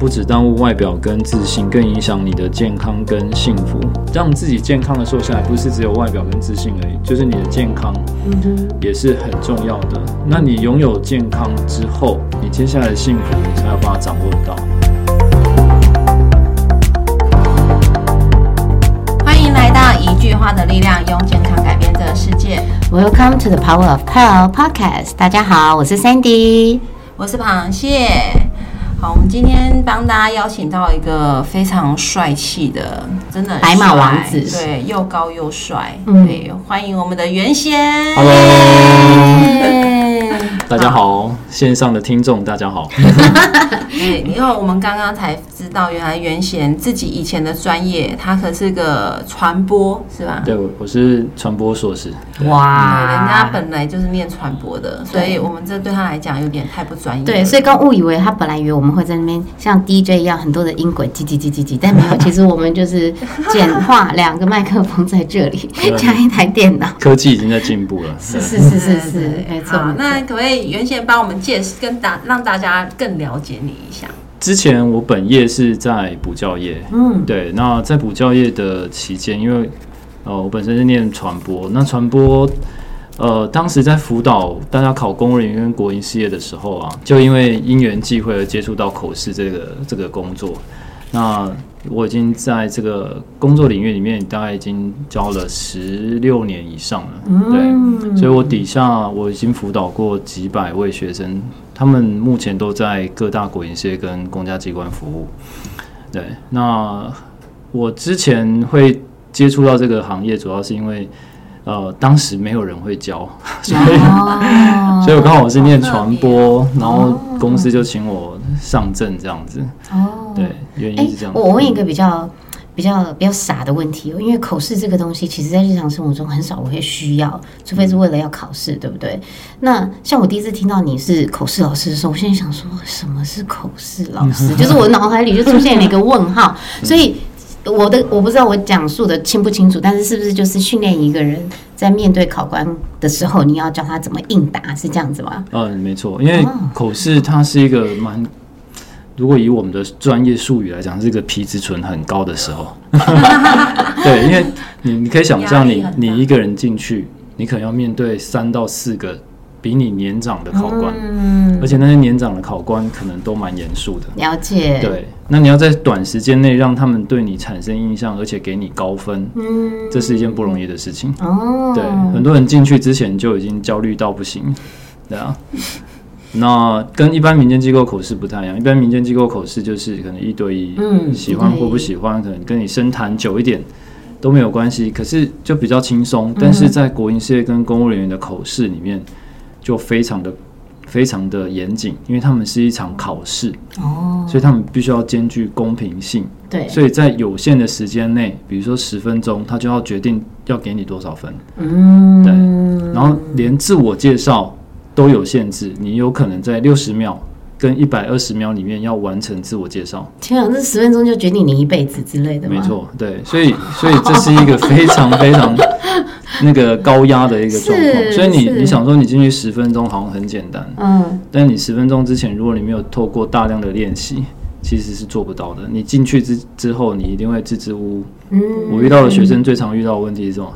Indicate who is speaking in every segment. Speaker 1: 不只耽误外表跟自信，更影响你的健康跟幸福。让自己健康的瘦下来，不是只有外表跟自信而已，就是你的健康
Speaker 2: 嗯哼，
Speaker 1: 也是很重要的。那你拥有健康之后，你接下来的幸福你才有办法掌握到。
Speaker 3: 欢迎来到一句话的力量，用健康改变这个世界。
Speaker 2: Welcome to the Power of Pearl Podcast。大家好，我是 Sandy。
Speaker 3: 我是螃蟹。好，我们今天帮大家邀请到一个非常帅气的，真的很
Speaker 2: 白马
Speaker 3: 帅
Speaker 2: 王子
Speaker 3: 对，又高又帅。
Speaker 2: 嗯
Speaker 3: 对，欢迎我们的原先。
Speaker 1: Hello，
Speaker 3: 耶
Speaker 1: 大家好，线上的听众大家 好。
Speaker 3: 对，因为我们刚刚才知道，原来原贤自己以前的专业，他可是个传播，是吧？
Speaker 1: 对，我我是传播硕士。
Speaker 3: 对，人家
Speaker 2: 哇，
Speaker 3: 本来就是念传播的，所以我们这对他来讲有点太不专业了。
Speaker 2: 对，所以刚误以为他本来以为我们会在那边像 DJ 一样很多的音轨叽叽叽叽叽，但没有，其实我们就是简化两个麦克风在这里，加一台电脑。
Speaker 1: 科技已经在进步了，
Speaker 2: 是
Speaker 1: 对
Speaker 2: 是是
Speaker 3: 对
Speaker 2: 是是，没错。
Speaker 3: 好，
Speaker 2: 没错
Speaker 3: 那可不可以原先帮我们介跟大让大家更了解你一下？
Speaker 1: 之前我本业是在补教业，
Speaker 2: 嗯
Speaker 1: 对，那在补教业的期间，因为呃我本身是念传播，那传播呃当时在辅导大家考公务员跟国营事业的时候啊，就因为因缘际会而接触到口试这个这个工作，那我已经在这个工作领域里面大概已经教了十六年以上了，对。
Speaker 2: 嗯，
Speaker 1: 所以我底下我已经辅导过几百位学生，他们目前都在各大国营事业跟公家机关服务。对，那我之前会接触到这个行业，主要是因为呃，当时没有人会教，所以、
Speaker 2: 哦
Speaker 1: 所以我刚好我是念传播，然后公司就请我上阵这样子。
Speaker 2: 哦
Speaker 1: 对，原
Speaker 2: 哎、
Speaker 1: 因是这样。
Speaker 2: 我问一个比较比较比较傻的问题哦，因为口试这个东西，其实在日常生活中很少会需要，除非是
Speaker 1: 嗯
Speaker 2: 为了要考试，对不对？那像我第一次听到你是口试老师的时候，我现在想说什么是口试 老师？就是我脑海里就出现了一个问号，
Speaker 1: 嗯
Speaker 2: 所以。我的我不知道我讲述的清不清楚，但是是不是就是训练一个人在面对考官的时候，你要教他怎么应答，是这样子吗？
Speaker 1: 嗯，没错，因为
Speaker 2: 哦
Speaker 1: 口试它是一个蛮，如果以我们的专业术语来讲，是一个皮质醇很高的时 候。对，因为你你可以想象
Speaker 3: 压力
Speaker 1: 你
Speaker 3: 很大
Speaker 1: 你一个人进去，你可能要面对三到四个比你年长的考官，
Speaker 2: 嗯，
Speaker 1: 而且那些年长的考官可能都蛮严肃的。
Speaker 2: 了解。，
Speaker 1: 对，那你要在短时间内让他们对你产生印象，而且给你高分，
Speaker 2: 嗯，
Speaker 1: 这是一件不容易的事情。
Speaker 2: 哦，
Speaker 1: 对，很多人进去之前就已经焦虑到不行，对啊。那跟一般民间机构口试不太一样，一般民间机构口试就是可能一对一，
Speaker 2: 嗯
Speaker 1: 喜欢
Speaker 2: 一对一
Speaker 1: 或不喜欢，可能跟你深谈久一点都没有关系，可是就比较轻
Speaker 2: 嗯
Speaker 1: 松。但是在国营事业跟公务人员的口试里面，就非常的非常的严谨，因为他们是一场考试，
Speaker 2: 哦，
Speaker 1: 所以他们必须要兼具公平性，
Speaker 2: 对，
Speaker 1: 所以在有限的时间内，比如说十分钟，他就要决定要给你多少分。
Speaker 2: 嗯，
Speaker 1: 然后连自我介绍都有限制，你有可能在六十秒跟一百二十秒里面要完成自我介绍。
Speaker 2: 天啊，这十分钟就决定你一辈子之类的吗？
Speaker 1: 没，错，对，所以所以这是一个非常非常那个高压的一个状况。
Speaker 2: 是
Speaker 1: 所以你
Speaker 2: 是
Speaker 1: 你想说你进去十分钟好像很简单，
Speaker 2: 嗯，
Speaker 1: 但你十分钟之前如果你没有透过大量的练习。其实是做不到的。你进去之之后，你一定会支支吾吾。
Speaker 2: 嗯
Speaker 1: 我遇到的学生最常遇到的问题是什么？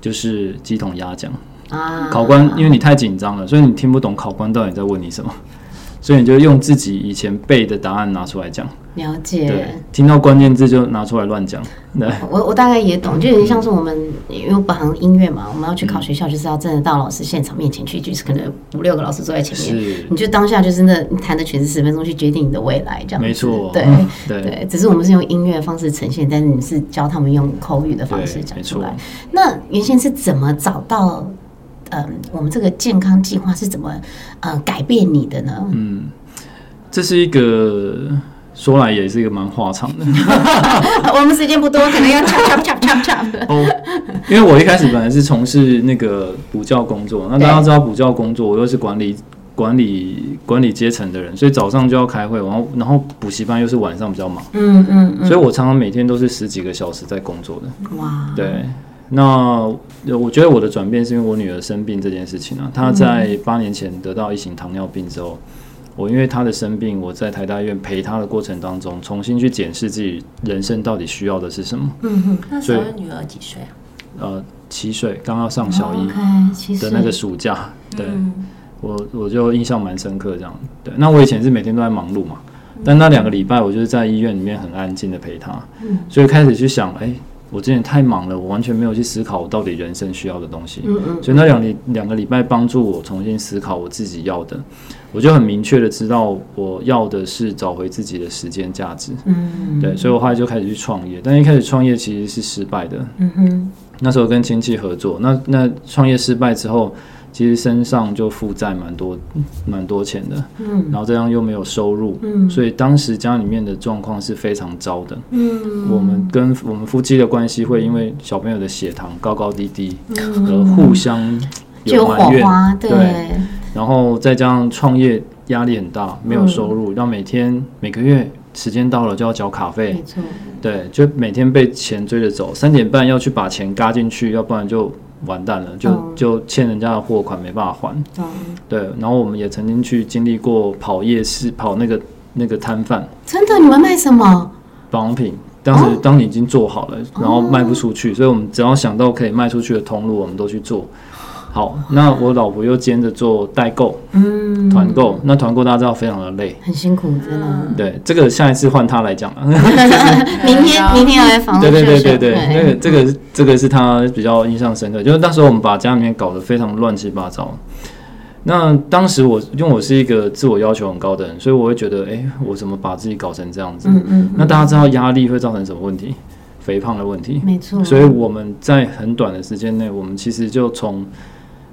Speaker 1: 就是鸡同鸭讲。
Speaker 2: 啊，
Speaker 1: 考官，因为你太紧张了，所以你听不懂考官到底在问你什么， 所以你就用自己以前背的答案拿出来讲，
Speaker 2: 了
Speaker 1: 对
Speaker 2: 解。，
Speaker 1: 听到关键字就拿出来乱讲，对，
Speaker 2: 我我大概也懂，就有点像是我们因为我本行音乐嘛，我们要去考学校，就是要真的到老师现场面前去，就是可能五六个老师坐在前面，
Speaker 1: 是
Speaker 2: 你就当下就是那你弹的曲子十分钟去决定你的未来，这样子
Speaker 1: 没错，
Speaker 2: 对。
Speaker 1: 嗯对，
Speaker 2: 对，只是我们是用音乐的方式呈现，但是你是教他们用口语的方式
Speaker 1: 对
Speaker 2: 讲
Speaker 1: 没
Speaker 2: 出
Speaker 1: 错
Speaker 2: 来。那原先是怎么找到，嗯，我们这个健康计划是怎么呃改变你的呢？
Speaker 1: 这是一个说来也是一个蛮话长的
Speaker 2: 我们时间不多，可能要 chop chop chop chop chop。
Speaker 1: 哦，因为我一开始本来是从事那个补教工作，那大家
Speaker 2: 对
Speaker 1: 知道补教工作，我又是管理。管理管理阶层的人，所以早上就要开会，然后然后补习班又是晚上比较忙，
Speaker 2: 嗯嗯
Speaker 1: 所以我常常每天都是十几个小时在工作的。
Speaker 2: 嗯，哇，
Speaker 1: 对，那呃我觉得我的转变是因为我女儿生病这件事情啊，她在八年前得到一型糖尿病之后，我因为他的生病，我在台大医院陪他的过程当中，重新去检视自己人生到底需要的是什么。
Speaker 2: 嗯
Speaker 3: 那时候女儿几岁啊？
Speaker 1: 呃，七岁刚要上小一
Speaker 2: OK，其哎实
Speaker 1: 的那个暑假，对
Speaker 3: 嗯
Speaker 1: 我我就印象蛮深刻。这样，对，那我以前是每天都在忙碌嘛，但那两个礼拜我就是在医院里面很安静的陪他，
Speaker 2: 嗯
Speaker 1: 所以开始去想，哎、我之前太忙了，我完全没有去思考我到底人生需要的东西。
Speaker 2: 嗯嗯，
Speaker 1: 所以那两礼两个礼拜帮助我重新思考我自己要的，我就很明确的知道我要的是找回自己的时间价值。
Speaker 2: 嗯
Speaker 1: 对，所以我后来就开始去创业，但一开始创业其实是失败的。
Speaker 2: 嗯哼，
Speaker 1: 那时候跟亲戚合作，那那创业失败之后，其实身上就负债蛮多蛮多钱的，
Speaker 2: 嗯
Speaker 1: 然后这样又没有收入，
Speaker 2: 嗯
Speaker 1: 所以当时家里面的状况是非常糟的。
Speaker 2: 嗯，
Speaker 1: 我们跟我们夫妻的关系会因为小朋友的血糖高高低低
Speaker 2: 嗯
Speaker 1: 而互相
Speaker 2: 就有
Speaker 1: 有埋
Speaker 2: 火
Speaker 1: 怨，
Speaker 2: 花，对，
Speaker 1: 对然后再加上创业压力很大，没有收入，让每天每个月时间到了就要缴卡费，
Speaker 2: 没错，
Speaker 1: 对，就每天被钱追着走，三点半要去把钱嘎进去，要不然就完蛋了，就、
Speaker 2: 嗯
Speaker 1: 就欠人家的货款没办法还。
Speaker 2: 懂，
Speaker 1: 对，然后我们也曾经去经历过跑夜市，跑那个那个摊贩
Speaker 2: 真的，你们卖什么？
Speaker 1: 保养品。当
Speaker 2: 哦
Speaker 1: 时当你已经做好了，然后卖不出去，所以我们只要想到可以卖出去的通路，我们都去做。好，那我老婆又兼着做代购、
Speaker 2: 嗯，
Speaker 1: 团购，那团购大家知道非常的累。
Speaker 2: 很辛苦，真的。
Speaker 1: 对，这个下一次换她来讲了。
Speaker 2: 哦明天明天要来访
Speaker 1: 对
Speaker 2: 问秀
Speaker 1: 对
Speaker 2: 秀，
Speaker 1: 对对对，那个这个是这个是他比较印象深刻，就是那时候我们把家里面搞得非常乱七八糟。那当时我因为我是一个自我要求很高的人，所以我会觉得，哎、我怎么把自己搞成这样子？
Speaker 2: 嗯嗯，
Speaker 1: 那大家知道压力会造成什么问题？肥胖的问题。
Speaker 2: 没错，
Speaker 1: 所以我们在很短的时间内，我们其实就从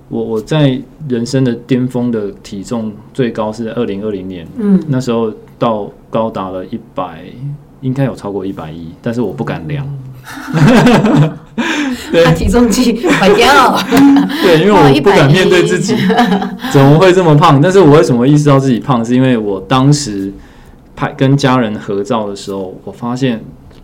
Speaker 1: 我我在人生的巅峰的体重最高是二零二零年，
Speaker 2: 嗯，
Speaker 1: 那时候到高达了一百，应该有超过一百一，但是我不敢量，对
Speaker 2: 把体重计买掉，
Speaker 1: 对，因为我不敢面对自己， 怎么会这么胖？但是我为什么意识到自己胖，是因为我当时拍跟家人合照的时候，我发现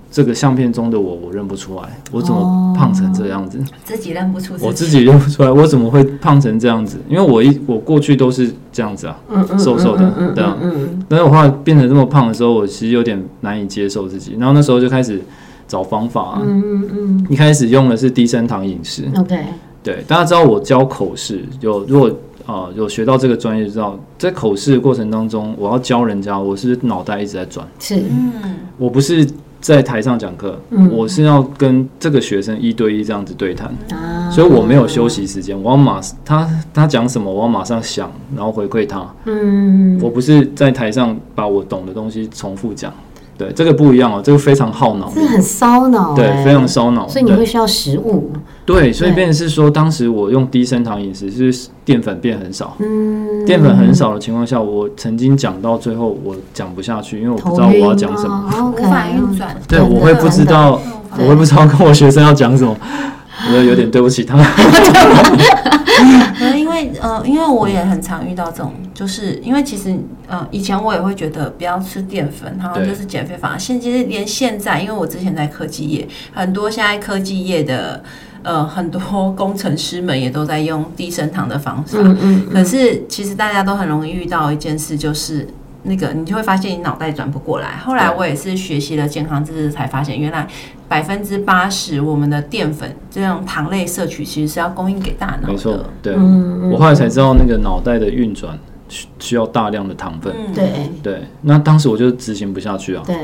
Speaker 1: 这个相片中的我，我认不出来，我怎么胖成这样子？
Speaker 3: 自己认不出
Speaker 1: 我
Speaker 3: 自
Speaker 1: 自
Speaker 3: 己。
Speaker 1: 己认不出来，我怎么会胖成这样子？因为我一我过去都是这样子啊，
Speaker 2: 嗯嗯，
Speaker 1: 瘦瘦的
Speaker 2: 嗯嗯
Speaker 1: 对啊
Speaker 2: 嗯嗯
Speaker 1: 但是我后来变成这么胖的时候，我其实有点难以接受自己。然后那时候就开始找方法、啊，
Speaker 2: 嗯嗯
Speaker 1: 一开始用的是低升糖饮食。
Speaker 2: 嗯，OK，
Speaker 1: 对，大家知道我教口试，有如果啊、呃有学到这个专业，就知道在口试的过程当中，我要教人家，我是脑袋一直在转，
Speaker 2: 是，
Speaker 3: 嗯，
Speaker 1: 我不是在台上讲课，
Speaker 2: 嗯
Speaker 1: 我是要跟这个学生一对一这样子对谈。
Speaker 2: 啊，
Speaker 1: 所以我没有休息时间，我要马他他讲什么，我要马上想，然后回馈他。
Speaker 2: 嗯，
Speaker 1: 我不是在台上把我懂的东西重复讲，对，这个不一样哦，这个非常耗脑力，
Speaker 2: 这很骚脑，
Speaker 1: 对，
Speaker 2: 哎
Speaker 1: 非常，烧脑。
Speaker 2: 所以你会需要食物，
Speaker 1: 对，对所以
Speaker 2: 对
Speaker 1: 变成是说，当时我用低升糖饮食，就是淀粉变很少。
Speaker 2: 嗯，
Speaker 1: 淀粉很少的情况下，我曾经讲到最后，我讲不下去，因为我不
Speaker 2: 啊
Speaker 1: 知道我要讲什么。
Speaker 2: 么
Speaker 3: 无法运， 转。
Speaker 1: 对，
Speaker 2: 真的
Speaker 1: 我会不知道，
Speaker 3: 真的
Speaker 1: 我会不知道跟我学生要讲什么，我有点对不起他。
Speaker 3: 可能因
Speaker 2: 嗯
Speaker 3: 为呃，因为我也很常遇到这种，就是因为其实呃，以前我也会觉得不要吃淀粉，好像
Speaker 1: 对
Speaker 3: 就是减肥法。现其实连现在，因为我之前在科技业，很多现在科技业的呃很多工程师们也都在用低升糖的方法。
Speaker 2: 嗯嗯
Speaker 3: 可是其实大家都很容易遇到一件事，就是那个你就会发现你脑袋转不过来。后来我也是学习了健康知识，才发现原来百分之八十我们的淀粉这样糖类摄取其实是要供应给大脑
Speaker 1: 没错
Speaker 3: 的。，
Speaker 1: 对，
Speaker 2: 嗯，
Speaker 1: 我后来才知道那个脑袋的运转需需要大量的糖分。
Speaker 3: 嗯，
Speaker 2: 对
Speaker 1: 对，那当时我就执行不下去啊，
Speaker 2: 对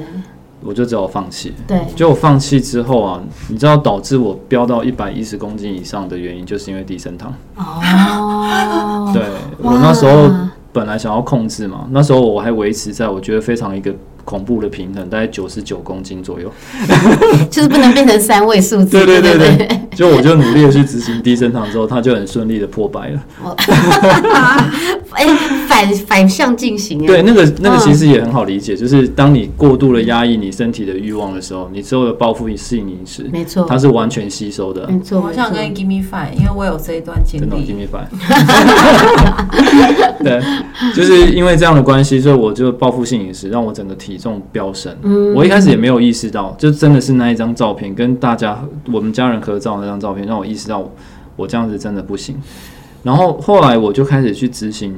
Speaker 1: 我就只好放弃。
Speaker 2: 对，
Speaker 1: 就我放弃之后啊，你知道导致我飙到一百一十公斤以上的原因，就是因为低升糖。
Speaker 2: 哦，
Speaker 1: 对
Speaker 2: 哇
Speaker 1: 我那时候本来想要控制嘛，那时候我还维持在我觉得非常一个恐怖的平衡，大概九十九公斤左右。
Speaker 2: 就是不能变成三位数字，
Speaker 1: 对
Speaker 2: 对
Speaker 1: 对对
Speaker 2: 对
Speaker 1: 对， 就我就努力的去执行低升糖之后，它就很顺利的破百了。
Speaker 2: 哎，反反向进行，啊
Speaker 1: 对，，那个那个其实也很好理解，就是当你过度的压抑你身体的欲望的时候，你之后的报复性饮食，
Speaker 2: 没错
Speaker 1: 它是完全吸收的。
Speaker 2: 没错，
Speaker 3: 我想跟
Speaker 2: 没
Speaker 3: Give Me Five，因为我有这一段经
Speaker 1: 真的
Speaker 3: 历。
Speaker 1: give me five。对，就是因为这样的关系，所以我就报复性饮食，让我整个体重飙升。
Speaker 2: 嗯
Speaker 1: 我一开始也没有意识到，就真的是那一张照片跟大家我们家人合照的那张照片，让我意识到我这样子真的不行。然后后来我就开始去执行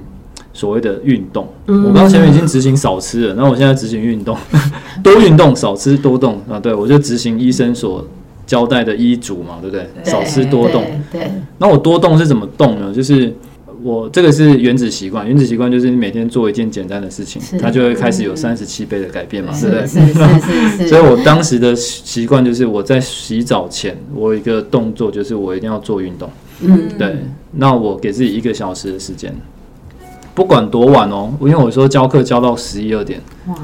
Speaker 1: 所谓的运动。
Speaker 2: 嗯
Speaker 1: 我刚刚前面已经执行少吃了，那我现在执行运动， 多运动，少吃多动啊。对，我就执行医生所交代的医嘱嘛，对不对？
Speaker 3: 对
Speaker 1: 少吃多动。
Speaker 2: 对，对
Speaker 1: 那我多动是怎么动呢？就是我这个是原子习惯，原子习惯就是你每天做一件简单的事情
Speaker 2: 是，
Speaker 1: 它就会开始有三十七倍的改变嘛，对不对
Speaker 2: 是？是是是
Speaker 1: 所以
Speaker 2: 是，
Speaker 1: 我当时的习惯就是我在洗澡前，我有一个动作就是我一定要做运动。
Speaker 2: 嗯，
Speaker 1: 对，那我给自己一个小时的时间，不管多晚哦，因为我说教课教到十一二点，
Speaker 2: 哇，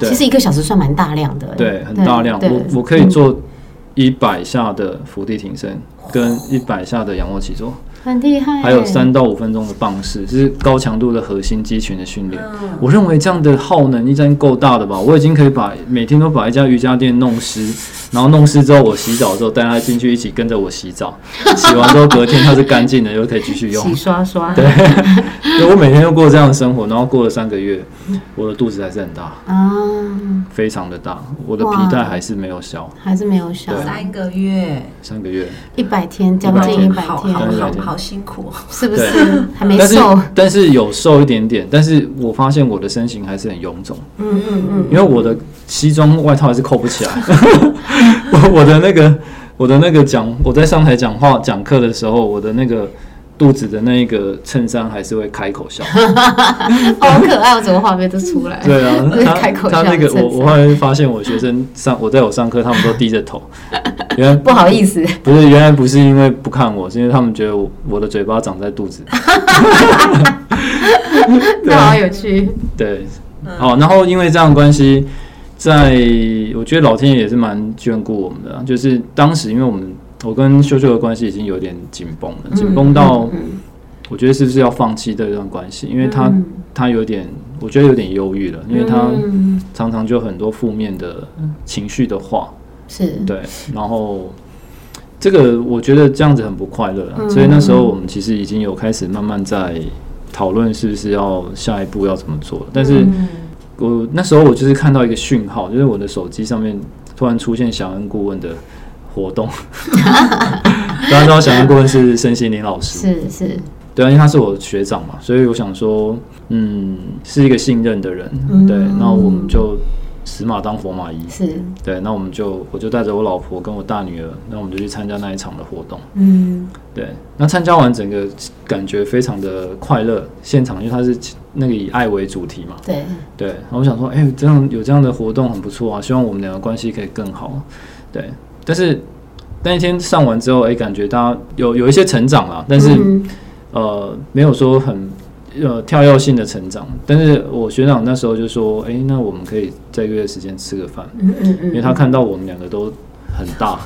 Speaker 1: 对
Speaker 2: 其实一个小时算蛮大量的，
Speaker 1: 对，很大量。
Speaker 2: 嗯对嗯
Speaker 1: 我我可以做一百下的伏地挺身，跟一百下的仰卧起坐，
Speaker 2: 很厉害，
Speaker 1: 还有三到五分钟的棒式，这是高强度的核心肌群的训练。
Speaker 3: 嗯，
Speaker 1: 我认为这样的耗能应该够大的吧？我已经可以把每天都把一家瑜伽垫弄湿，然后弄湿之后我洗澡之后带它进去一起跟着我洗 澡，洗完之后隔天它是干净的，又可以继续用
Speaker 2: 洗。刷刷，
Speaker 1: 对对，我每天都过这样的生活，然后过了三个月，我的肚子还是很大，
Speaker 2: 啊，
Speaker 1: 非常的大，我的皮
Speaker 2: 哇
Speaker 1: 带还是没有消。
Speaker 2: 还是没有小，
Speaker 3: 三个月，
Speaker 1: 三个月，
Speaker 2: 一百天将近一
Speaker 1: 100
Speaker 2: 百
Speaker 3: 好好
Speaker 2: 天，
Speaker 3: 好好辛苦，哦
Speaker 2: 是不是还没
Speaker 1: 但是
Speaker 2: 瘦？
Speaker 1: 但是有瘦一点点，但是我发现我的身形还是很臃肿，
Speaker 2: 嗯嗯
Speaker 1: 因为我的西装外套还是扣不起来， 我我的那个我的那个讲我在上台讲话讲课的时候，我的那个肚子的那个衬衫还是会开口 笑。
Speaker 2: 嗯，哦好可爱，我整个画面都出来，
Speaker 1: 对啊，
Speaker 2: 就是
Speaker 1: 他
Speaker 2: 开口
Speaker 1: 他
Speaker 2: 笑
Speaker 1: 那
Speaker 2: 的
Speaker 1: 个我
Speaker 2: 衬
Speaker 1: 我
Speaker 2: 衫
Speaker 1: 后来发现我学生上我在我上课，他们都低着头， 原来
Speaker 2: 不好意思，
Speaker 1: 不是原来不是因为不看我，是因为他们觉得我我的嘴巴长在肚子。
Speaker 2: 那好有趣，
Speaker 1: 对，
Speaker 2: 嗯
Speaker 1: 好，然后因为这样的关系，在我觉得老天爷也是蛮眷顾我们的啊、就是当时因为我们我跟秀秀的关系已经有点紧绷了，紧绷到
Speaker 2: 嗯
Speaker 1: 我觉得是不是要放弃这段关系，因为他
Speaker 2: 嗯
Speaker 1: 他有点我觉得有点忧郁了，因为他
Speaker 2: 嗯
Speaker 1: 常常就很多负面的情绪的话。
Speaker 2: 是
Speaker 1: 对，然后这个我觉得这样子很不快乐啦，啊所以那时候我们其实已经有开始慢慢在讨论是不是要下一步要怎么做了。但是
Speaker 3: 嗯
Speaker 1: 我那时候我就是看到一个讯号，就是我的手机上面突然出现小恩顾问的活动，大家知道小恩顾问是身心灵老 师，
Speaker 2: 是是，
Speaker 1: 对啊，因为他是我学长嘛，所以我想说，嗯，是一个信任的人，
Speaker 2: 嗯
Speaker 1: 对，那我们就死马当活马医。
Speaker 2: 是，
Speaker 1: 对，那我们就我就带着我老婆跟我大女儿，那我们就去参加那一场的活动。
Speaker 2: 嗯，
Speaker 1: 对，那参加完整个感觉非常的快乐，现场因为它是那个以爱为主题嘛，
Speaker 2: 对，
Speaker 1: 对。然后我想说，哎、这样有这样的活动很不错啊，希望我们两个关系可以更好。对，但是那一天上完之后，哎、感觉大家有有一些成长啦，但是、
Speaker 2: 嗯
Speaker 1: 呃，没有说很呃跳跃性的成长。但是我学长那时候就说，哎、那我们可以再约时间吃个饭。
Speaker 2: 嗯嗯嗯，
Speaker 1: 因为他看到我们两个都很大，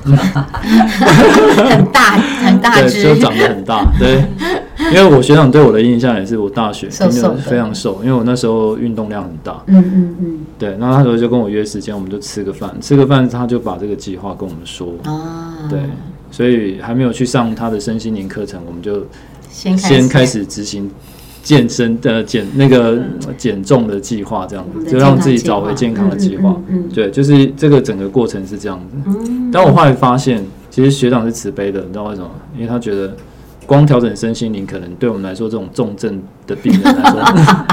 Speaker 2: 很大很大
Speaker 1: 对，
Speaker 2: 只
Speaker 1: 就，长得很大， 对。因为我学长对我的印象也是，我大学
Speaker 2: 瘦
Speaker 1: 真
Speaker 2: 瘦
Speaker 1: 的
Speaker 2: 的
Speaker 1: 非常瘦，因为我那时候运动量很大，
Speaker 2: 嗯嗯嗯
Speaker 1: 对。那那时候就跟我约时间，我们就吃个饭，吃个饭他就把这个计划跟我们说，
Speaker 2: 啊，
Speaker 1: 对。所以还没有去上他的身心灵课程，我们就
Speaker 2: 先
Speaker 1: 先
Speaker 2: 开
Speaker 1: 开始执行健身的减那个减重的计划，这样
Speaker 2: 我们
Speaker 1: 子
Speaker 2: 的
Speaker 1: 就让自己找回健康的计划。
Speaker 2: 嗯嗯嗯
Speaker 1: 对，就是这个整个过程是这样子。
Speaker 2: 嗯
Speaker 1: 但我后来发现，其实学长是慈悲的，你知道为什么吗？因为他觉得光调整身心灵，可能对我们来说，这种重症的病人来说，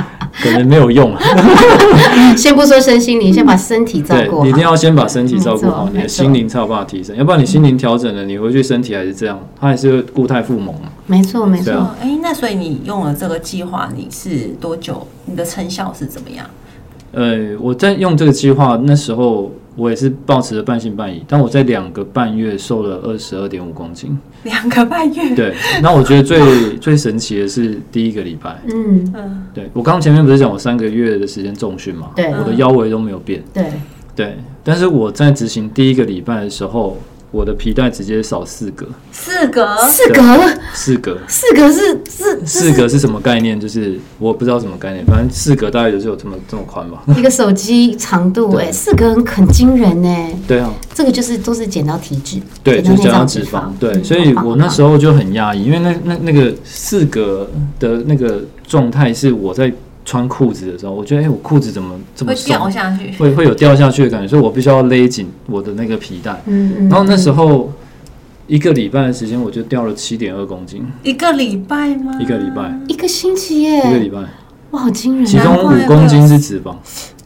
Speaker 1: 可能没有用啊。
Speaker 2: 嗯先不说身心灵，先把身体照
Speaker 1: 对
Speaker 2: 顾好，
Speaker 1: 你一定要先把身体照顾
Speaker 2: 没
Speaker 1: 好，
Speaker 2: 错
Speaker 1: 你的心灵才有办法提升。要不然你心灵调整了，你回去身体还是这样，它还是会固态复萌嘛。
Speaker 2: 没错没
Speaker 1: 对
Speaker 2: 错
Speaker 1: 啊。
Speaker 3: 哦，哎，那所以你用了这个计划，你是多久？你的成效是怎么样？
Speaker 1: 呃，我在用这个计划那时候，我也是保持着半信半疑，但我在两个半月瘦了二十二点五公斤。
Speaker 3: 两个半月，
Speaker 1: 对，那我觉得 最最神奇的是第一个礼拜。
Speaker 2: 嗯，
Speaker 3: 嗯，
Speaker 1: 对我刚刚前面不是讲我三个月的时间重训嘛，
Speaker 2: 对
Speaker 1: 我的腰围都没有变，
Speaker 2: 对，
Speaker 1: 对，但是我在执行第一个礼拜的时候，我的皮带直接少四格，
Speaker 3: 四格，
Speaker 2: 四格
Speaker 1: 四格，
Speaker 2: 四格是是
Speaker 1: 啊四格是什么概念？就是我不知道什么概念，反正四格大概就是有这么这么宽吧。
Speaker 2: 一个手机长度哎，
Speaker 1: 对
Speaker 2: 四格很很惊人哎，
Speaker 1: 对啊，
Speaker 2: 这个就是都是减到体脂，
Speaker 1: 对，
Speaker 2: 减
Speaker 1: 就加
Speaker 2: 到内
Speaker 1: 上
Speaker 2: 脏
Speaker 1: 脂肪
Speaker 2: 肪，，
Speaker 3: 嗯
Speaker 2: 嗯
Speaker 1: 对，所
Speaker 3: 哦
Speaker 1: 以我那时
Speaker 2: 候
Speaker 1: 候就很压抑，因为那那那个四格的那个状态是我在穿裤子的时候，我觉得哎、我裤子怎么这么
Speaker 3: 会
Speaker 1: 松
Speaker 3: 掉，下去，
Speaker 1: 会会有掉下去的感觉，所以我必须要勒紧我的那个皮带。
Speaker 2: 嗯嗯，
Speaker 1: 然后那时候一个礼拜的时间，我就掉了七点二公斤，
Speaker 3: 一个礼拜吗？
Speaker 1: 一个礼拜，
Speaker 2: 一个星期耶，
Speaker 1: 一个礼拜，
Speaker 2: 哇，好惊人！啊
Speaker 1: 其中
Speaker 3: 嗯难怪
Speaker 1: 五公斤是脂肪，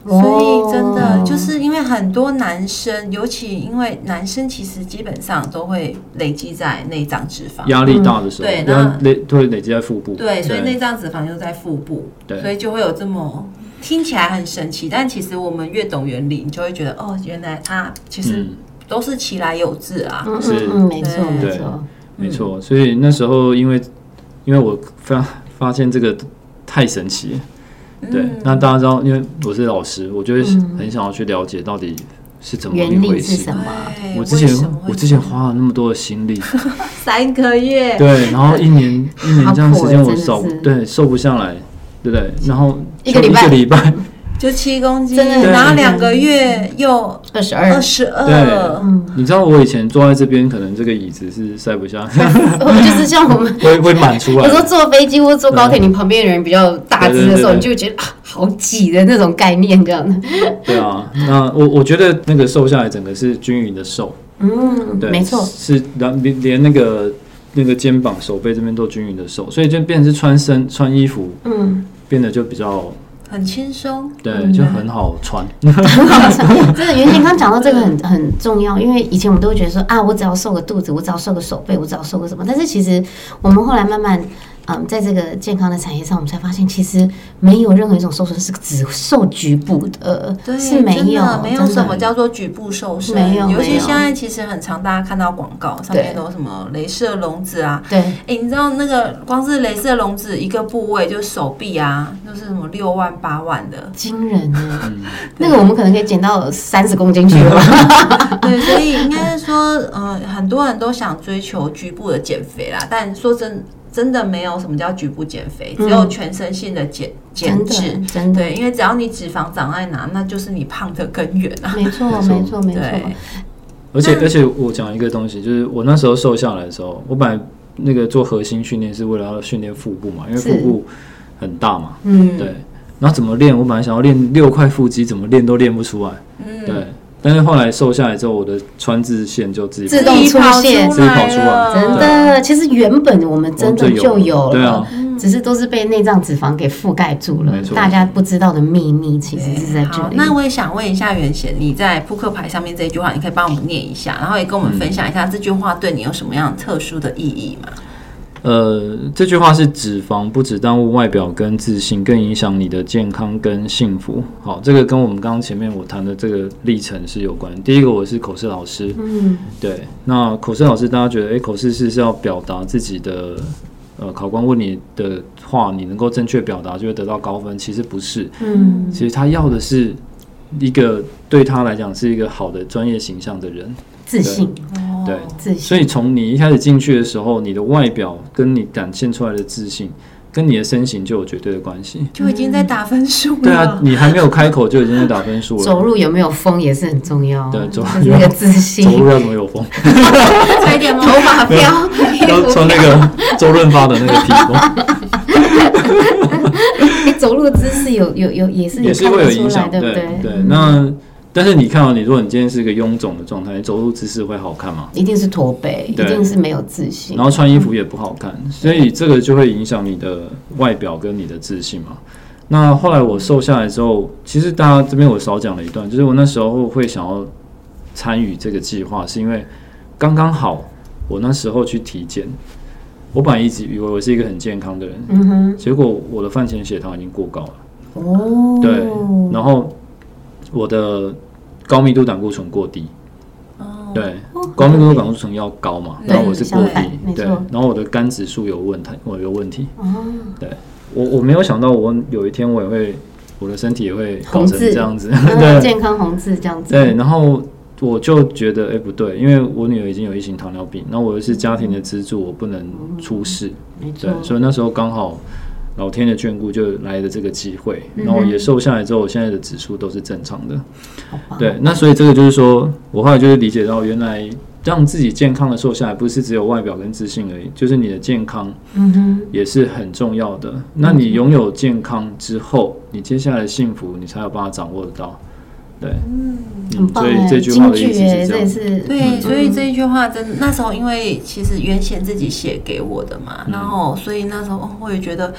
Speaker 3: 所以真的
Speaker 1: 哦
Speaker 3: 就是因为很多男生，尤其因为男生其实基本上都会累积在内脏脂肪，
Speaker 1: 压力大的时候，
Speaker 3: 嗯对
Speaker 1: 然后
Speaker 3: 那
Speaker 1: 累会累积在腹部，
Speaker 3: 对，所以内脏脂肪又在腹部，
Speaker 1: 对
Speaker 3: 所以就会有这么听起来很神奇，但其实我们越懂原理，你就会觉得哦，原来它其实
Speaker 1: 嗯，
Speaker 3: 都是其来有致啊。
Speaker 2: 嗯
Speaker 1: 是
Speaker 2: 嗯嗯，没错
Speaker 3: 对
Speaker 2: 没错，
Speaker 1: 没错。
Speaker 2: 嗯
Speaker 1: 所以那时候因为因为我发发现这个太神奇了，
Speaker 3: 嗯
Speaker 1: 对，那大家知道，因为我是老师，我就会
Speaker 2: 嗯
Speaker 1: 很想要去了解到底是怎么一
Speaker 2: 原
Speaker 1: 回
Speaker 2: 理是
Speaker 1: 事
Speaker 2: 什。么？
Speaker 3: 对
Speaker 1: 我之
Speaker 3: 哎为什么
Speaker 1: 前
Speaker 3: 会
Speaker 1: 我之前
Speaker 3: 这样
Speaker 1: 花了那么多的心 力，
Speaker 3: 三个月，
Speaker 1: 对，然后一年一年这样时间
Speaker 2: 好苦欸
Speaker 1: 我瘦
Speaker 2: 真的是
Speaker 1: 对瘦不下来，对不对？然后
Speaker 2: 一个
Speaker 1: 就
Speaker 2: 礼拜
Speaker 1: 一个礼拜，
Speaker 3: 就七公斤，
Speaker 2: 真的
Speaker 1: 很
Speaker 3: 然后
Speaker 2: 对
Speaker 3: 两个月又
Speaker 2: 二十
Speaker 3: 二
Speaker 2: 二，
Speaker 3: 十
Speaker 1: 对
Speaker 3: 二，
Speaker 2: 嗯，
Speaker 1: 你知道我以前坐在这边，可能这个椅子是塞不 下，
Speaker 2: 就是像我们。
Speaker 1: 会会满出
Speaker 2: 有
Speaker 1: 来
Speaker 2: 时。候坐飞机或坐高铁，你旁边的人比较大只的时候，
Speaker 1: 对对对对
Speaker 2: 你就会觉得啊，好挤的那种概念，这样的。
Speaker 1: 对啊，那我我觉得那个瘦下来，整个是均匀的瘦，
Speaker 2: 嗯，
Speaker 1: 对，
Speaker 2: 没 错，
Speaker 1: 是连连连那个那个肩膀、手背这边都均匀的瘦，所以就变成是穿身穿衣服
Speaker 2: 嗯，
Speaker 1: 变得就比较
Speaker 3: 很轻松。
Speaker 1: 对，
Speaker 2: 嗯
Speaker 1: 就很好穿。
Speaker 2: 真的，袁姐刚讲到这个很很重要，因为以前我们都会觉得说啊，我只要瘦个肚子，我只要瘦个手背，我只要瘦个什么，但是其实我们后来慢慢。嗯，在这个健康的产业上，我们才发现其实没有任何一种瘦身是只瘦局部的，
Speaker 3: 对，
Speaker 2: 是没
Speaker 3: 真
Speaker 2: 有
Speaker 3: 的，没有
Speaker 2: 真的
Speaker 3: 什么叫做局部瘦身，
Speaker 2: 没有
Speaker 3: 尤
Speaker 2: 没
Speaker 3: 其
Speaker 2: 有
Speaker 3: 现在其实很常大家看到广告上面
Speaker 2: 对
Speaker 3: 都有什么镭射笼子啊，
Speaker 2: 对，，
Speaker 3: 哎，你知道那个光是镭射笼子一个部位，就是手臂啊，就是什么六万八万的
Speaker 2: 惊人呢。
Speaker 1: 嗯
Speaker 2: 那个我们可能可以减到三十公斤去了吧？
Speaker 3: 嗯对，所以应该是说，呃，很多人都想追求局部的减肥啦，但说真真的没有什么叫局部减肥，只有
Speaker 2: 嗯
Speaker 3: 全身性的减减
Speaker 2: 真
Speaker 3: 脂。
Speaker 2: 的，真的，
Speaker 3: 对，因为只要你脂肪长在哪，那就是你胖的根源啊。
Speaker 2: 没错，
Speaker 1: 没错
Speaker 2: 没错，没错
Speaker 3: 对。，
Speaker 1: 而且而且我讲一个东西，就是我那时候瘦下来的时候，我本来那个做核心训练是为了要训练腹部嘛，因为
Speaker 2: 是
Speaker 1: 腹部很大嘛，
Speaker 3: 嗯，
Speaker 1: 对。然后怎么练？我本来想要练六块腹肌，怎么练都练不出来，
Speaker 3: 嗯，
Speaker 1: 对。但是后来瘦下来之后，我的川字线就自己
Speaker 2: 自动出现
Speaker 1: 自己跑出来
Speaker 2: 真的，
Speaker 1: 嗯
Speaker 2: 其实原本我们真的就有
Speaker 1: 对啊
Speaker 2: 了，，只是都是被内脏脂肪给覆盖住了
Speaker 1: 没。错
Speaker 2: 大家不知道的秘密其实是在
Speaker 3: 对，
Speaker 2: 这
Speaker 3: 好，
Speaker 2: 里。
Speaker 3: 那我也想问一下袁贤，你在扑克牌上面这一句话，你可以帮我们念一下，然后也跟
Speaker 1: 嗯
Speaker 3: 我们分享一下这句话对你有什么样特殊的意义吗？
Speaker 1: 呃，这句话是脂肪不只耽误外表跟自信，更影响你的健康跟幸福。好，这个跟我们刚刚前面我谈的这个历程是有关。第一个，我是口试老师，
Speaker 2: 嗯，
Speaker 1: 对，那口试老师大家觉得，诶，口试是是要表达自己的，呃，考官问你的话，你能够正确表达就会得到高分，其实不是，
Speaker 2: 嗯，
Speaker 1: 其实他要的是一个对他来讲是一个好的专业形象的人，
Speaker 2: 自信，
Speaker 3: 哦
Speaker 1: 对。
Speaker 2: 自
Speaker 1: 嗯所
Speaker 2: 信，
Speaker 1: 以从你一开始进去的时候，你的外表跟你展现出来的自信，跟你的身形就有绝对的关系。
Speaker 3: 就已经在打分数了。
Speaker 1: 对啊，你还没有开口就已经在打分数了。
Speaker 2: 走路有没有风也是很重要。
Speaker 1: 对走路
Speaker 2: 就是那个自信，
Speaker 1: 走路要怎么有风？
Speaker 3: 差一点吗
Speaker 2: 头？发
Speaker 1: 嗯
Speaker 2: 飘，
Speaker 1: 要穿那 个周润发的那个披风，
Speaker 2: 你走路的姿势有有有也是你
Speaker 1: 也是
Speaker 2: 看
Speaker 1: 会有
Speaker 2: 得出
Speaker 1: 影
Speaker 2: 来，
Speaker 1: 响。
Speaker 2: 对不
Speaker 1: 对
Speaker 2: 对？
Speaker 1: 那但是你看到、哦你如果你今天是一个臃肿的状态，你走路姿势会好看吗？
Speaker 2: 一定是驼背，一
Speaker 1: 对
Speaker 2: 定是没有自信
Speaker 1: 然。后穿衣服也不好看，
Speaker 2: 嗯
Speaker 1: 所以这个就会影响你的外表跟你的自信嘛。那后来我瘦下来之后，其实大家这边我少讲了一段，就是我那时候会想要参与这个计划，是因为刚刚好我那时候去体检，我本来一直以为我是一个很健康的人，
Speaker 2: 嗯哼，
Speaker 1: 结果我的饭前血糖已经过高了，
Speaker 2: 哦，
Speaker 1: 对，然后我的高密度胆固醇过低，
Speaker 3: 哦，
Speaker 1: 对，
Speaker 2: 哦
Speaker 1: 高密度胆固醇要高嘛，
Speaker 3: 对
Speaker 1: 然后我是过
Speaker 3: 相反
Speaker 1: 低，
Speaker 2: 没
Speaker 1: 对，
Speaker 2: 错
Speaker 1: 然后我的肝指数有问题，我有问题，
Speaker 2: 哦，
Speaker 1: 我我没有想到我有一天我也会，我的身体也会搞
Speaker 2: 红
Speaker 1: 成
Speaker 2: 字
Speaker 1: 这样子，
Speaker 2: 嗯
Speaker 1: 对
Speaker 2: 健康红字这样子。
Speaker 1: 对，然后我就觉得哎、诶不对，因为我女儿已经有一型糖尿病，那我又是家庭的支柱，我不能出事，
Speaker 2: 没
Speaker 1: 对，所以那时候刚好。老天的眷顾就来了这个机会，
Speaker 2: 嗯哼
Speaker 1: 然后也瘦下来之后，我现在的指数都是正常的。
Speaker 2: 好棒。
Speaker 1: 对，那所以这个就是说，我后来就是理解到，原来让自己健康的瘦下来，不是只有外表跟自信而已，就是你的健康
Speaker 2: 嗯哼，
Speaker 1: 也是很重要的。那你拥有健康之后，你接下来的幸福，你才有办法掌握得到。对，嗯
Speaker 2: 很棒
Speaker 1: 所以
Speaker 2: 哎，
Speaker 1: 这句
Speaker 2: 京剧
Speaker 1: 话的意思
Speaker 2: 哎
Speaker 1: 是这
Speaker 2: 这也
Speaker 1: 样。
Speaker 2: 是
Speaker 1: 嗯
Speaker 3: 对，所以这一句话真的，那时
Speaker 1: 嗯
Speaker 3: 候因为其实袁贤自己写给我的嘛，然后所以那时候哦我也觉得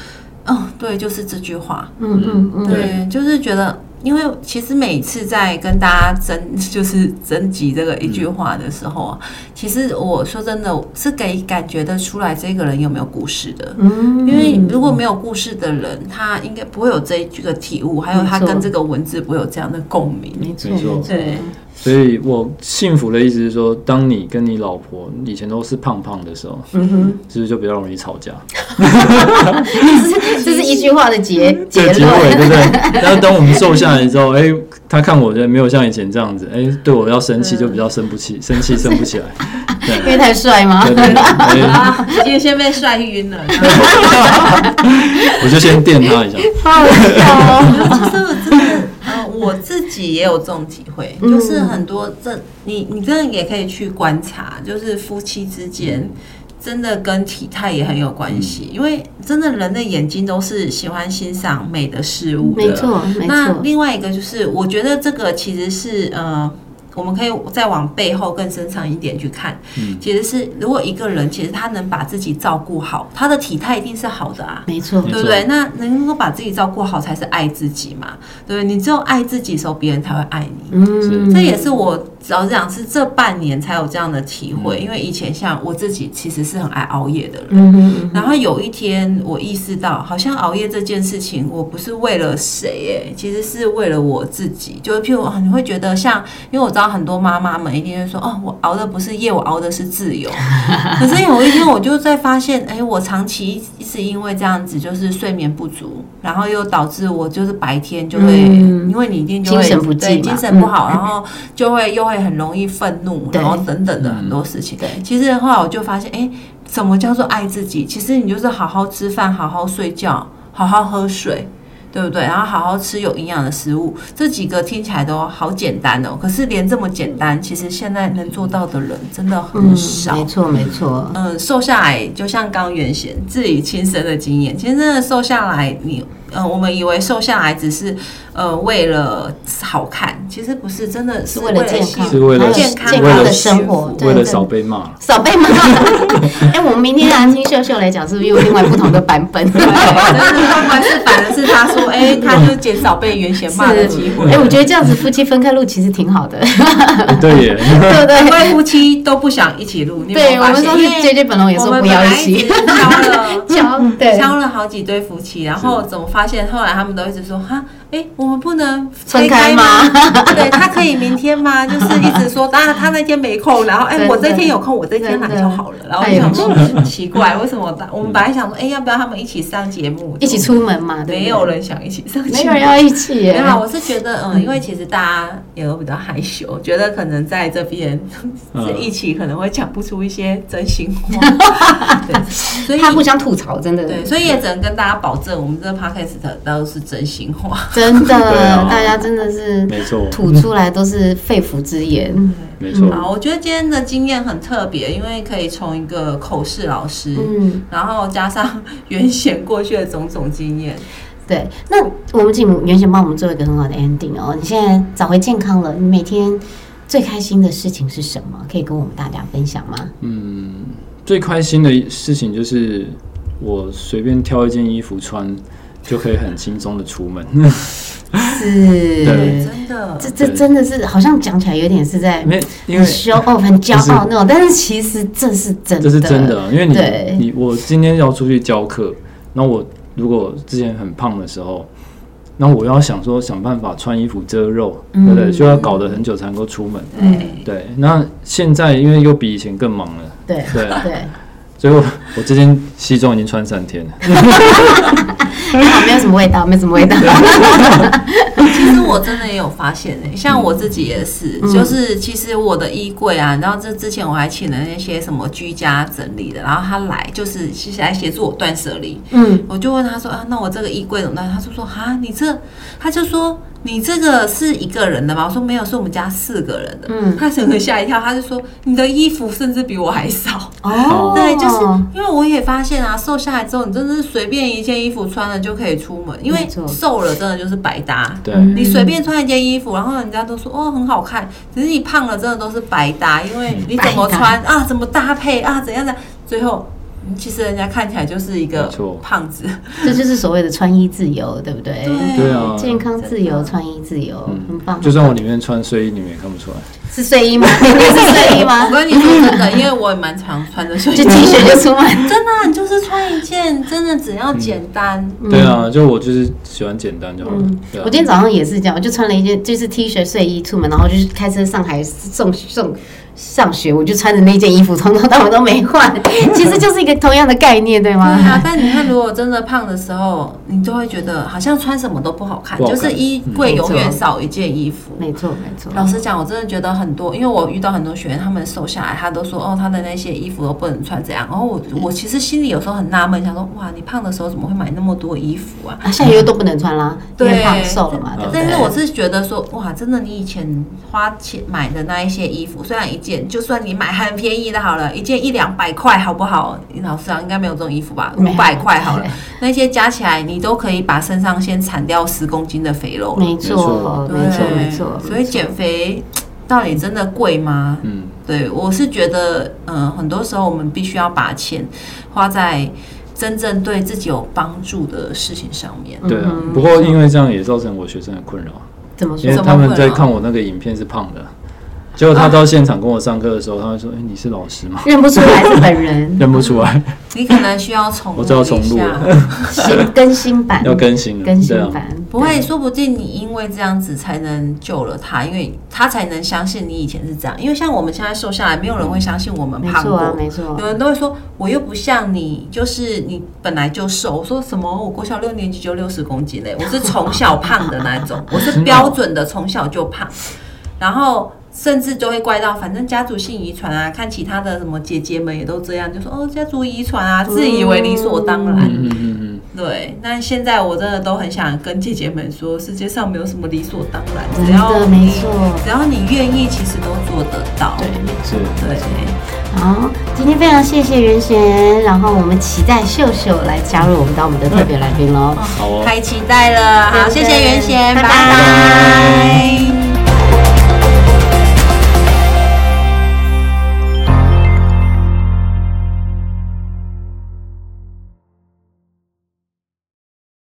Speaker 3: 哦，对，就是这句话。
Speaker 2: 嗯嗯嗯，
Speaker 3: 对，就是觉得，因为其实每次在跟大家争， 就是征集这个一句
Speaker 2: 嗯
Speaker 3: 话的时候啊，其实我说真的是给感觉得出来这个人有没有故事的。
Speaker 2: 嗯，
Speaker 3: 因为如果没有故事的人，他应该不会有这一句的体悟，还有他
Speaker 2: 没错
Speaker 3: 跟这个文字不会有这样的共 鸣。
Speaker 2: 没错
Speaker 1: 没错
Speaker 2: 没错，
Speaker 3: 对
Speaker 1: 所以我幸福的意思是说，当你跟你老婆以前都是胖胖的时候，
Speaker 2: 嗯哼，
Speaker 1: 是不是就比较容易吵架？
Speaker 3: 嗯
Speaker 2: 这是这是一句话的结结
Speaker 1: 结尾对
Speaker 2: 论，
Speaker 1: 不对？ 然后当我们瘦下来之后，哎、他看我的没有像以前这样子，哎、对我要生气就比较生不
Speaker 2: 嗯
Speaker 1: 起，生气生不 起来，
Speaker 2: 因为太帅吗？
Speaker 1: 对对对，哎
Speaker 3: 啊， 今天先被帅晕 了。
Speaker 1: 哎我就先电他一下，
Speaker 2: 好好笑哦，
Speaker 3: 其实我真的，呃，我自己也有这种体会，
Speaker 2: 嗯
Speaker 3: 就是很多这你你真的也可以去观察，就是夫妻之间。真的跟体态也很有关系，
Speaker 1: 嗯
Speaker 3: 因为真的人的眼睛都是喜欢欣赏美的事物
Speaker 2: 没
Speaker 3: 的。
Speaker 2: 错没
Speaker 3: 那
Speaker 2: 错，
Speaker 3: 另外一个就是，我觉得这个其实是呃，我们可以再往背后更深层一点去看。
Speaker 1: 嗯
Speaker 3: 其实是如果一个人其实他能把自己照顾好，他的体态一定是好的啊。
Speaker 2: 没错
Speaker 1: 没
Speaker 3: 对不对？那能够把自己照顾好才是爱自己嘛，对不对？你只有爱自己的时候，别人才会爱你。
Speaker 2: 嗯，
Speaker 3: 这也是我老实讲是这半年才有这样的体会，因为以前像我自己其实是很爱熬夜的人。
Speaker 2: 嗯哼
Speaker 3: 然后有一天，我意识到，好像熬夜这件事情，我不是为了谁，哎，其实是为了我自己。就是譬如，啊你会觉得像，因为我知道很多妈妈们一定会说，哦，我熬的不是夜，我熬的是自 由。可是有一天，我就在发现，哎，我长期一直因为这样子，就是睡眠不足，然后又导致我就是白天就会，
Speaker 2: 嗯
Speaker 3: 因为你一定就会
Speaker 2: 精神不济
Speaker 3: 对
Speaker 2: 嘛嗯
Speaker 3: 精神不好，然后就会又会很容易愤怒，
Speaker 2: 对嗯
Speaker 3: 然后等等的很多事情。
Speaker 2: 对
Speaker 3: 其实后来我就发现，哎、什么叫做爱自己？其实你就是好好吃饭，好好睡觉，好好喝水，对不对？然后好好吃有营养的食物，这几个听起来都好简单哦。可是连这么简单，其实现在能做到的人真的很
Speaker 2: 嗯，
Speaker 3: 少。
Speaker 2: 没错没错，
Speaker 3: 嗯，瘦下来就像刚原贤自己亲身的经验，其实真的瘦下来你，呃，我们以为瘦下来只是呃为了好看，其实不是，真的
Speaker 2: 是
Speaker 3: 是
Speaker 2: 为了健
Speaker 3: 幸
Speaker 2: 康，
Speaker 1: 是为了
Speaker 2: 还有
Speaker 3: 健康
Speaker 2: 健
Speaker 1: 为
Speaker 2: 康
Speaker 1: 了
Speaker 2: 的
Speaker 3: 幸
Speaker 2: 生
Speaker 3: 福
Speaker 2: 活，对
Speaker 1: 为了
Speaker 2: 对
Speaker 1: 少被骂了。
Speaker 2: 少被骂。 哎，我们明天来听秀秀来讲，是不是有另外不同的版本？
Speaker 3: 对，但是他们是反而是他说，哎、他就减少被原贤骂的机会。
Speaker 2: 哎、我觉得这样子夫妻分开录其实挺好 的，
Speaker 1: 哎对耶，
Speaker 2: 对不
Speaker 3: 因
Speaker 2: 对？
Speaker 3: 为夫妻都不想一起录，你有没
Speaker 2: 对
Speaker 3: 有
Speaker 2: 我
Speaker 3: 发
Speaker 2: 们
Speaker 3: 现？
Speaker 2: 上次 J J 本龙也
Speaker 3: 我
Speaker 2: 说
Speaker 3: 们
Speaker 2: 不
Speaker 3: 本
Speaker 2: 要
Speaker 3: 来
Speaker 2: 一
Speaker 3: 一直
Speaker 2: 起，
Speaker 3: 挑了
Speaker 2: 交对
Speaker 3: 挑了好几对夫妻，然后怎么发现？后来他们都一直说哈，哎、我们不能
Speaker 2: 分
Speaker 3: 分
Speaker 2: 开
Speaker 3: 开
Speaker 2: 吗
Speaker 3: 吗？ 对他可以明天吗？就是一直说，当然他那天没空，然后哎、
Speaker 2: 真的
Speaker 3: 我这天有空，我这天来
Speaker 2: 真的哎
Speaker 3: 就好了。然后
Speaker 2: 太
Speaker 3: 我
Speaker 2: 有
Speaker 3: 就想说嗯奇怪，为什么我们本来想说，哎、要不要他们一起上节目？
Speaker 2: 一起出门嘛，对不对
Speaker 3: 没有，人想一起上节目，
Speaker 2: 没有人要一起
Speaker 3: 没
Speaker 2: 耶
Speaker 3: 有。啊，我是觉得，嗯，因为其实大家也都比较害羞，觉得可能在这边
Speaker 1: 嗯
Speaker 3: 是 一起可能会讲不出一些真心话，对，所以
Speaker 2: 怕互相吐槽，真的，
Speaker 3: 对，所以也只能跟大家保证，我们这个 podcast 都是真心话。
Speaker 2: 真的，
Speaker 1: 对啊
Speaker 2: 大家真的是
Speaker 1: 没错，
Speaker 2: 吐出来都是肺腑之言。
Speaker 1: 没错，
Speaker 3: 好，我觉得今天的经验很特别，因为可以从一个口试老师，
Speaker 2: 嗯，
Speaker 3: 然后加上原先过去的种种经 验，
Speaker 2: 对。那我们请袁贤帮我们做一个很好的 ending 哦。你现在找回健康了，你每天最开心的事情是什么？可以跟我们大家分享吗？
Speaker 1: 最开心的事情就是我随便挑一件衣服穿，就可以很轻松的出门。 对
Speaker 2: 是。
Speaker 3: 真的
Speaker 2: 这这
Speaker 1: 对
Speaker 2: 真的是，好像讲起来有点是在
Speaker 1: 没，因
Speaker 2: 很
Speaker 1: 为
Speaker 2: show off 很骄
Speaker 1: 不是
Speaker 2: 傲那种，但是其实这是真的，
Speaker 1: 这是真的，因为你
Speaker 2: 对
Speaker 1: 你我今天要出去教课，那我如果之前很胖的时候，那我要想说想办法穿衣服遮肉，
Speaker 2: 嗯
Speaker 1: 对不对？就要搞得很久才能够出门。
Speaker 3: 对，
Speaker 1: 对，那现在因为又比以前更忙了，
Speaker 2: 对
Speaker 1: 对，
Speaker 2: 对，
Speaker 1: 所以我我这件西装已经穿三 天了。
Speaker 2: 还好没有什么味道，没什么味道，
Speaker 3: 其实我真的也有发现诶、像我自己也是，就是其实我的衣柜啊，然后这之前我还请了那些什么居家整理的，然后他来就是其实来协助我断舍离，
Speaker 2: 嗯，
Speaker 3: 我就问他说啊，那我这个衣柜怎么办？他就说啊，你这，他就说你这个是一个人的吗？我说没有，是我们家四个人的，
Speaker 2: 嗯
Speaker 3: 他整个吓一跳，他就说你的衣服甚至比我还少，
Speaker 2: 哦，
Speaker 3: 对，就是因为我也发现啊，瘦下来之后，你真的是随便一件衣服穿了就可以出门，因为
Speaker 2: 没错
Speaker 3: 瘦了真的就是百搭。
Speaker 1: 对，
Speaker 2: 嗯
Speaker 3: 你随便穿一件衣服，然后人家都说哦很好看，只是你
Speaker 2: 嗯
Speaker 3: 胖了真的都是白搭，因为你怎么穿啊，怎么搭配啊，怎样的，最后其实人家看起来就是一
Speaker 1: 没
Speaker 3: 个
Speaker 1: 错
Speaker 3: 胖子，
Speaker 2: 这就是所谓的穿衣自由，对不对？
Speaker 1: 对啊
Speaker 2: 嗯健康自由，
Speaker 3: 真的
Speaker 2: 穿衣自由，很棒。
Speaker 1: 嗯就算我里面穿睡衣，你们也看不出来。
Speaker 2: 是睡衣吗？ 你是睡衣
Speaker 3: 我
Speaker 2: 吗？
Speaker 3: 跟你说真的，因为我也蛮常穿着睡
Speaker 2: 啊就
Speaker 3: 衣，
Speaker 2: T 恤就出
Speaker 1: 嗯
Speaker 2: 门。
Speaker 3: 真的啊、你就是穿一件，真的只要简单，
Speaker 1: 对啊，就我就是喜欢简单就好了。对啊
Speaker 2: 嗯我今天早上也是这样，我就穿了一件就是 T 恤睡衣出门，然后就是开车上台送送上学，我就穿着那件衣服，从头到尾都没换，其实就是一个同样的概念，对
Speaker 3: 对
Speaker 2: 吗？
Speaker 3: 啊，但你看，如果真的胖的时候，你就会觉得好像穿什么都不好看，
Speaker 1: 不好看
Speaker 3: 就是衣柜
Speaker 2: 嗯
Speaker 3: 永远少一件衣服。
Speaker 2: 没错，没错。
Speaker 3: 老实讲，我真的觉得很多，因为我遇到很多学员，他们瘦下来，他都说哦，他的那些衣服都不能穿怎样。然后我我其实心里有时候很纳闷，想说哇，你胖的时候怎么会买那么多衣服啊？
Speaker 2: 啊，下雨又都不能穿啦，因为
Speaker 3: 对，
Speaker 2: 胖瘦了嘛，对不对？
Speaker 3: 但是我是觉得说，哇，真的，你以前花钱买的那一些衣服，虽然一件，就算你买很便宜的好了，一件一两百块，好不好？老师啊，应该没有这种衣服吧？
Speaker 2: 没
Speaker 3: 五
Speaker 2: 有
Speaker 3: 百块好了
Speaker 2: 对，
Speaker 3: 那些加起来，你都可以把身上先铲掉十公斤的肥
Speaker 1: 嗯
Speaker 3: 肉了。
Speaker 2: 没错，
Speaker 3: 对
Speaker 2: 没错，没错。
Speaker 3: 所以减肥到底真的贵吗？
Speaker 1: 嗯，
Speaker 3: 对，我是觉得，嗯、很多时候我们必须要把钱花在真正对自己有帮助的事情上面。
Speaker 1: 对啊
Speaker 2: 嗯。
Speaker 1: 不过因为这样也造成我学生的困扰，
Speaker 2: 怎么
Speaker 1: 因
Speaker 2: 说
Speaker 1: 为？
Speaker 3: 怎么
Speaker 1: 他们在
Speaker 3: 困扰
Speaker 1: 看我那个影片是胖的，结果他到现场跟我上课的时候，他会说：“哎，你是老师吗
Speaker 2: 认不出来是本？”人，
Speaker 1: 认不出来，
Speaker 3: 你可能需要重
Speaker 1: 我知道
Speaker 3: 录一
Speaker 1: 重录
Speaker 3: 下
Speaker 1: 了
Speaker 2: 新更新版，
Speaker 1: 要更新了，
Speaker 2: 更新
Speaker 1: 对啊
Speaker 2: 版，
Speaker 3: 不会，说不定你因为这样子才能救了他，因为他才能相信你以前是这样。因为像我们现在瘦下来，没有人会相信我们
Speaker 2: 没
Speaker 3: 胖
Speaker 2: 错
Speaker 3: 过。
Speaker 2: 啊，没错
Speaker 3: 有。人都会说，我又不像你，就是你本来就瘦。我说什么？哦我国小六年级就六十公斤 嘞，我是从小胖的那种，我是标准的从小就胖。然后甚至就会怪到，反正家族性遗传啊，看其他的什么姐姐们也都这样，就说哦家族遗传啊，自以为理所当然。
Speaker 1: 嗯嗯嗯嗯，
Speaker 3: 对，那现在我真的都很想跟姐姐们说，世界上没有什么理所当然，
Speaker 2: 真的
Speaker 3: 只要
Speaker 2: 嗯没
Speaker 3: 你
Speaker 2: 错
Speaker 3: 只要你愿意，其实都做得到。
Speaker 2: 对
Speaker 1: 是。
Speaker 3: 对，
Speaker 2: 好，今天非常谢谢袁贤，然后我们期待秀秀来加入我们当我们的特别来宾喽。
Speaker 1: 好哦
Speaker 3: 太期待了，好，
Speaker 2: 对
Speaker 3: 谢谢袁贤，
Speaker 2: 拜
Speaker 3: 拜
Speaker 2: 拜
Speaker 3: 拜